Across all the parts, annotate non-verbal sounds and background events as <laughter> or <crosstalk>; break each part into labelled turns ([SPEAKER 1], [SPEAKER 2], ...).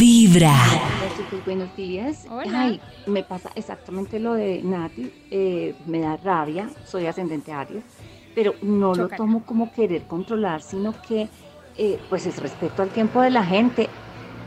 [SPEAKER 1] Vibra.
[SPEAKER 2] Hola, chicos, buenos días.
[SPEAKER 3] Hola.
[SPEAKER 2] Ay, me pasa exactamente lo de Nati. eh, me da rabia, soy ascendente Aries, pero no
[SPEAKER 3] Chócala.
[SPEAKER 2] lo tomo como querer controlar, sino que eh, pues es respeto al tiempo de la gente.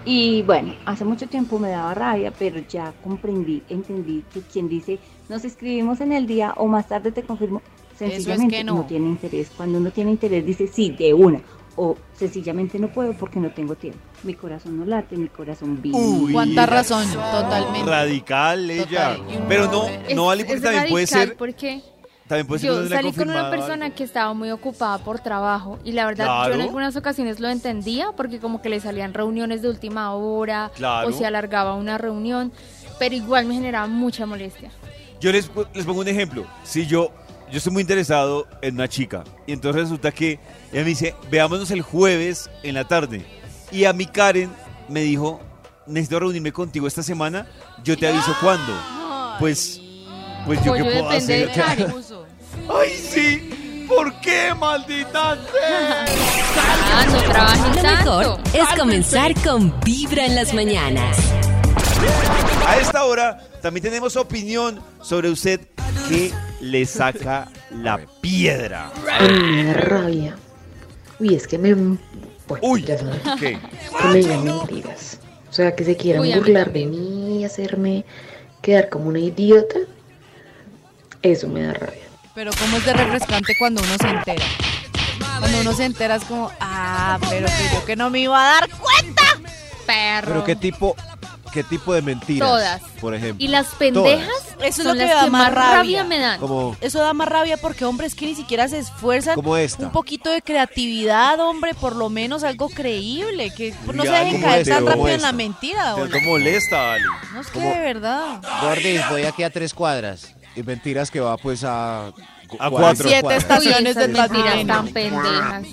[SPEAKER 2] Y bueno, hace mucho tiempo me daba rabia, pero ya comprendí, entendí que quien dice nos escribimos en el día o más tarde te confirmo,
[SPEAKER 4] es que
[SPEAKER 2] sencillamente no.
[SPEAKER 4] no.
[SPEAKER 2] tiene interés. Cuando uno tiene interés dice sí, de una. O sencillamente no puedo porque no tengo tiempo. Mi corazón no late, mi corazón vive.
[SPEAKER 5] Uy,
[SPEAKER 4] ¿Cuánta razón? Totalmente.
[SPEAKER 5] Radical ella.
[SPEAKER 4] Total, y uno
[SPEAKER 3] Pero
[SPEAKER 5] Pero
[SPEAKER 3] no-
[SPEAKER 5] no,
[SPEAKER 4] es-
[SPEAKER 5] no vale porque también puede
[SPEAKER 3] radical
[SPEAKER 5] ser,
[SPEAKER 3] Porque
[SPEAKER 5] también puede ser
[SPEAKER 3] yo salí con una persona que estaba muy ocupada por trabajo y la verdad yo en
[SPEAKER 5] Claro.
[SPEAKER 3] algunas ocasiones lo entendía porque como que le salían reuniones de última hora
[SPEAKER 5] Claro.
[SPEAKER 3] o se alargaba una reunión, pero igual me generaba mucha molestia.
[SPEAKER 5] Yo les, pu- les pongo un ejemplo. Si yo, yo estoy muy interesado en una chica y entonces resulta que ella me dice, veámonos el jueves en la tarde. Y a mi Karen me dijo, necesito reunirme contigo esta semana, yo te aviso cuándo. Pues, pues yo
[SPEAKER 3] ¡Ah! Pollo
[SPEAKER 5] qué puedo
[SPEAKER 3] depende de
[SPEAKER 5] hacer.
[SPEAKER 3] Karen.
[SPEAKER 5] <laughs> ¡Ay, sí! ¿Por qué, maldita
[SPEAKER 3] Ah, no trabajen
[SPEAKER 1] Lo mejor
[SPEAKER 3] tanto.
[SPEAKER 1] es comenzar con Vibra en las mañanas.
[SPEAKER 5] A esta hora también tenemos opinión sobre usted que le saca la piedra.
[SPEAKER 6] Ay, me da Ah, rabia. Uy, es que me. Bueno,
[SPEAKER 5] Uy.
[SPEAKER 6] ya saben,
[SPEAKER 5] <laughs> ¿Qué?
[SPEAKER 6] que me digan mentiras. O sea, que se quieran
[SPEAKER 3] Uy, a mí
[SPEAKER 6] burlar de mí, hacerme quedar como una idiota. Eso me da rabia.
[SPEAKER 4] Pero cómo es de refrescante cuando uno se entera. Cuando uno se entera es como, ah, pero que yo que no me iba a dar cuenta.
[SPEAKER 3] Perro.
[SPEAKER 7] Pero qué tipo, qué tipo de mentiras.
[SPEAKER 3] Todas.
[SPEAKER 7] Por ejemplo.
[SPEAKER 3] y las pendejas
[SPEAKER 4] Eso es
[SPEAKER 3] son
[SPEAKER 4] lo que
[SPEAKER 3] las
[SPEAKER 4] me da
[SPEAKER 3] que
[SPEAKER 4] más rabia.
[SPEAKER 3] me dan.
[SPEAKER 7] Como,
[SPEAKER 4] Eso da más rabia porque hombres que ni siquiera se esfuerzan.
[SPEAKER 7] Oh. como esta.
[SPEAKER 4] Un poquito de creatividad, hombre, por lo menos algo creíble, que no se
[SPEAKER 5] Real,
[SPEAKER 4] dejen
[SPEAKER 5] como
[SPEAKER 4] caer
[SPEAKER 5] este,
[SPEAKER 4] tan
[SPEAKER 5] como
[SPEAKER 4] rápido en
[SPEAKER 7] esta.
[SPEAKER 4] la mentira.
[SPEAKER 5] Pero
[SPEAKER 4] hola.
[SPEAKER 5] no molesta, Ale.
[SPEAKER 4] No es que de verdad.
[SPEAKER 7] Gordis, voy aquí a tres cuadras. Y mentiras que va pues a.
[SPEAKER 5] A
[SPEAKER 7] cuarenta
[SPEAKER 5] cuatro.
[SPEAKER 4] Siete
[SPEAKER 7] cuadras.
[SPEAKER 4] estaciones.
[SPEAKER 3] Uy, esas
[SPEAKER 4] detrás de
[SPEAKER 3] mentiras
[SPEAKER 4] uno.
[SPEAKER 3] tan pendejas.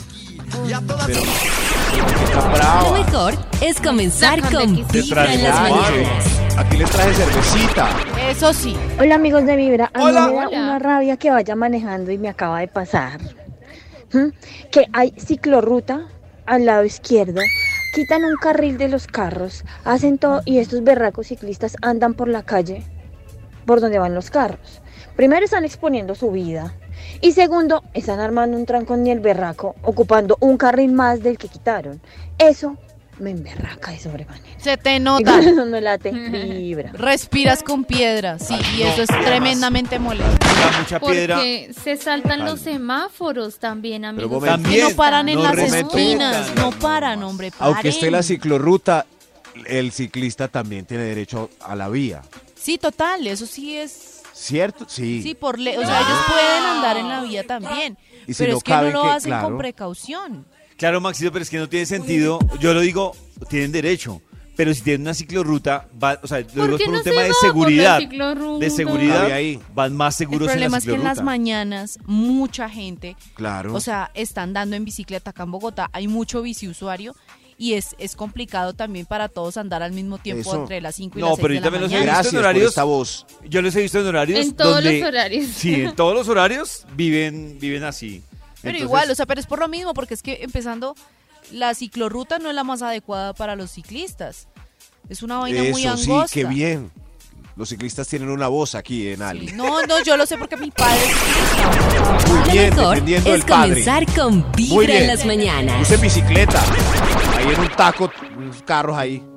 [SPEAKER 1] Lo mejor es comenzar con Vibra en las mañanas.
[SPEAKER 7] Aquí les traje cervecita.
[SPEAKER 4] Eso sí.
[SPEAKER 8] Hola amigos de Vibra, a
[SPEAKER 5] Hola.
[SPEAKER 8] mí me da
[SPEAKER 3] Hola.
[SPEAKER 8] una rabia que vaya manejando y me acaba de pasar. ¿Mm? Que hay ciclorruta al lado izquierdo, quitan un carril de los carros, hacen todo y estos berracos ciclistas andan por la calle por donde van los carros. Primero están exponiendo su vida y segundo están armando un trancón y el berraco ocupando un carril más del que quitaron. Eso me emberraca de sobremanera.
[SPEAKER 4] Se te
[SPEAKER 8] Mi
[SPEAKER 4] nota.
[SPEAKER 8] corazón <laughs> no late, vibra.
[SPEAKER 4] Respiras con piedra, sí,
[SPEAKER 5] Ay,
[SPEAKER 4] y
[SPEAKER 5] no,
[SPEAKER 4] eso es
[SPEAKER 5] además.
[SPEAKER 4] tremendamente molesto.
[SPEAKER 5] Da mucha piedra.
[SPEAKER 3] Porque se saltan los semáforos también,
[SPEAKER 7] Pero
[SPEAKER 3] amigos.
[SPEAKER 7] un momento.
[SPEAKER 4] Que
[SPEAKER 5] También.
[SPEAKER 4] no paran en
[SPEAKER 5] no
[SPEAKER 4] las
[SPEAKER 5] respetan.
[SPEAKER 4] esquinas, no paran, hombre, paren.
[SPEAKER 7] Aunque esté la ciclorruta, el ciclista también tiene derecho a la vía.
[SPEAKER 4] Sí, total, eso sí es...
[SPEAKER 7] ¿Cierto? Sí.
[SPEAKER 4] Sí, por le- o sea, ellos pueden andar en la vía también,
[SPEAKER 7] Y si
[SPEAKER 4] pero
[SPEAKER 7] no
[SPEAKER 4] es que no
[SPEAKER 7] caben,
[SPEAKER 4] lo
[SPEAKER 7] ¿qué?
[SPEAKER 4] hacen con
[SPEAKER 7] Claro.
[SPEAKER 4] precaución.
[SPEAKER 5] Claro, Maxito, pero es que no tiene sentido. Yo lo digo, tienen derecho. Pero si tienen una ciclorruta, va- o sea, lo
[SPEAKER 3] ¿Por
[SPEAKER 5] digo es
[SPEAKER 3] qué
[SPEAKER 5] por
[SPEAKER 3] no
[SPEAKER 5] un
[SPEAKER 3] se
[SPEAKER 5] tema de
[SPEAKER 3] va por la
[SPEAKER 5] seguridad.
[SPEAKER 3] ciclorruta?
[SPEAKER 5] De seguridad,
[SPEAKER 7] Cabe ahí.
[SPEAKER 5] van más
[SPEAKER 4] El
[SPEAKER 5] seguros en
[SPEAKER 4] problema
[SPEAKER 5] la
[SPEAKER 4] es que en las
[SPEAKER 5] ciclorruta.
[SPEAKER 4] mañanas mucha gente,
[SPEAKER 7] Claro.
[SPEAKER 4] o sea, está andando en bicicleta acá en Bogotá, hay mucho biciusuario y es, es complicado también para todos andar al mismo tiempo
[SPEAKER 7] Eso.
[SPEAKER 4] entre las 5 y
[SPEAKER 5] No,
[SPEAKER 4] las 6
[SPEAKER 5] pero
[SPEAKER 4] de
[SPEAKER 5] yo
[SPEAKER 4] la
[SPEAKER 5] también los he
[SPEAKER 4] mañana.
[SPEAKER 5] visto
[SPEAKER 7] Gracias
[SPEAKER 5] en horarios-
[SPEAKER 7] por esta voz.
[SPEAKER 5] Yo los he visto en horarios
[SPEAKER 3] En todos
[SPEAKER 5] donde-
[SPEAKER 3] los horarios.
[SPEAKER 5] Sí, en todos los horarios viven, viven así.
[SPEAKER 4] Pero
[SPEAKER 5] Entonces,
[SPEAKER 4] igual, o sea, pero es por lo mismo, porque es que empezando, la ciclorruta no es la más adecuada para los ciclistas. Es una vaina muy
[SPEAKER 7] Eso sí,
[SPEAKER 4] angosta.
[SPEAKER 7] qué bien. Los ciclistas tienen una voz aquí en
[SPEAKER 4] Sí,
[SPEAKER 7] Ali.
[SPEAKER 4] No, no, yo lo sé porque mi padre es ciclista.
[SPEAKER 7] Muy
[SPEAKER 1] Lo
[SPEAKER 7] bien,
[SPEAKER 1] mejor
[SPEAKER 7] dependiendo
[SPEAKER 1] es
[SPEAKER 7] del padre.
[SPEAKER 1] comenzar con
[SPEAKER 7] Muy
[SPEAKER 1] Vibra
[SPEAKER 7] bien.
[SPEAKER 1] en las mañanas.
[SPEAKER 7] Use bicicleta. Ahí en un taco, unos carros ahí.